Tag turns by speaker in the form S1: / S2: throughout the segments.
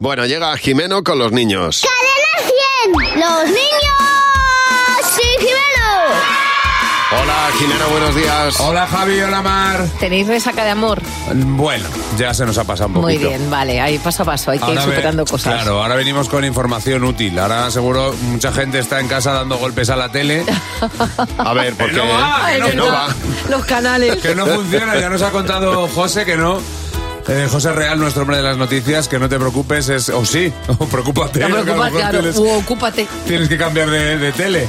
S1: Bueno, llega Jimeno con los niños.
S2: ¡Cadena 100! ¡Los niños! ¡Sí, Jimeno!
S1: Hola Jimeno, buenos días.
S3: Hola Javi, hola Mar.
S4: ¿Tenéis resaca de amor?
S3: Bueno, ya se nos ha pasado un poquito.
S4: Muy bien, vale, ahí paso a paso, hay que ir
S3: Ahora ve-
S4: superando cosas.
S3: Claro, ahora venimos con información útil. Ahora seguro mucha gente está en casa dando golpes a la tele.
S1: A ver, porque
S3: no va,
S4: Ay,
S1: que no
S4: verdad,
S1: va.
S4: Los canales.
S3: Que no funciona, ya nos ha contado José que no. Eh, José Real, nuestro hombre de las noticias, que no te preocupes, es. O sí, o preocúpate.
S4: No
S3: que a lo
S4: preocupa,
S3: mejor
S4: claro.
S3: tienes-
S4: u ocúpate.
S3: tienes que cambiar de, de tele.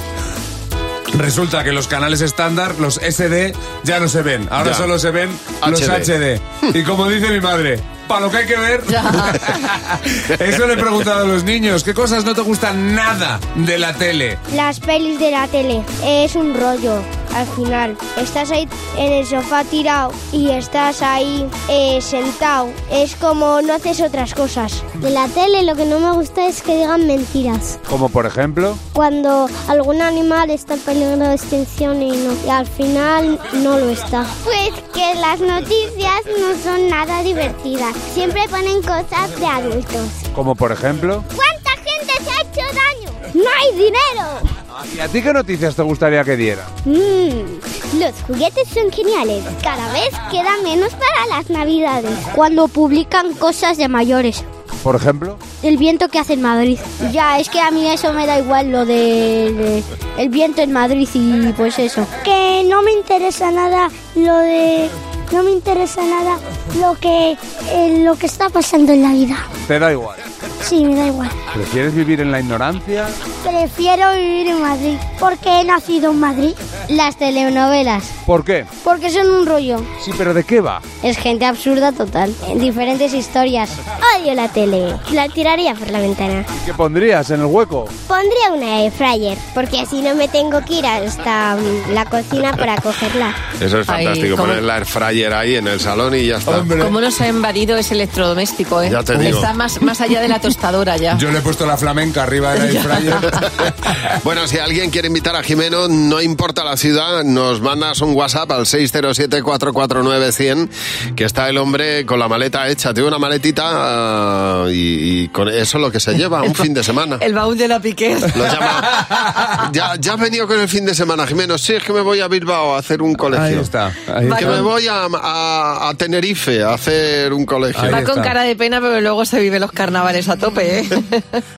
S3: Resulta que los canales estándar, los SD, ya no se ven. Ahora
S1: Ya.
S3: solo se ven los
S1: HD.
S3: HD. Y como dice mi madre, para lo que hay que ver.
S4: Ya.
S3: Eso le he preguntado a los niños. ¿Qué cosas no te gustan nada de la tele?
S2: Las pelis de la tele. Es un rollo. Al final, estás ahí en el sofá tirado y estás ahí eh, sentado. Es como no haces otras cosas. De la tele lo que no me gusta es que digan mentiras.
S3: Como por ejemplo.
S2: Cuando algún animal está en peligro de extinción y, no, y al final no lo está. Pues que las noticias no son nada divertidas. Siempre ponen cosas de adultos.
S3: Como por ejemplo.
S2: ¿Cuánta gente se ha hecho daño? ¡No hay dinero!
S3: ¿Y a ti qué noticias te gustaría que diera?
S2: Mmm, los juguetes son geniales. Cada vez queda menos para las navidades. Cuando publican cosas de mayores.
S3: Por ejemplo.
S2: El viento que hace en Madrid. Ya, es que a mí eso me da igual lo del el viento en Madrid y pues eso. Que no me interesa nada lo de... No me interesa nada lo que, eh, lo que está pasando en la vida.
S3: Te da igual.
S2: Sí, me da igual.
S3: ¿Prefieres vivir en la ignorancia?
S2: Prefiero vivir en Madrid porque he nacido en Madrid. Las telenovelas,
S3: ¿Por qué?
S2: porque son un rollo.
S3: Sí, pero ¿de qué va?
S2: Es gente absurda total, en diferentes historias. Odio la tele, la tiraría por la ventana.
S3: ¿Qué pondrías en el hueco?
S2: Pondría una air fryer, porque así no me tengo que ir hasta mm, la cocina para cogerla.
S1: Eso es
S4: Ay,
S1: fantástico,
S4: ¿cómo?
S1: poner la air fryer ahí en el salón y ya está.
S4: ¿Cómo nos ha invadido ese electrodoméstico, eh?
S1: Ya te digo.
S4: Está más, más allá de la tostadora ya.
S3: Yo le he puesto la flamenca arriba de la fryer.
S1: Bueno, si alguien quiere invitar a Jimeno, no importa la ciudad, nos mandas un WhatsApp al 607-449-100, que está el hombre con la maleta hecha. Tiene una maletita ah, y, y con eso es lo que se lleva, un fin de semana.
S4: El baúl de la piqué.
S1: Lo llama. Ya, ya has venido con el fin de semana, Jimeno. Sí, es que me voy a Bilbao a hacer un colegio.
S3: Ahí está. ahí
S4: Vale.
S1: Que
S3: está.
S1: me voy a, a- a Tenerife a hacer un colegio.
S3: Ahí
S4: Va con
S3: está.
S4: cara de pena, pero luego se vive los carnavales a tope, ¿eh?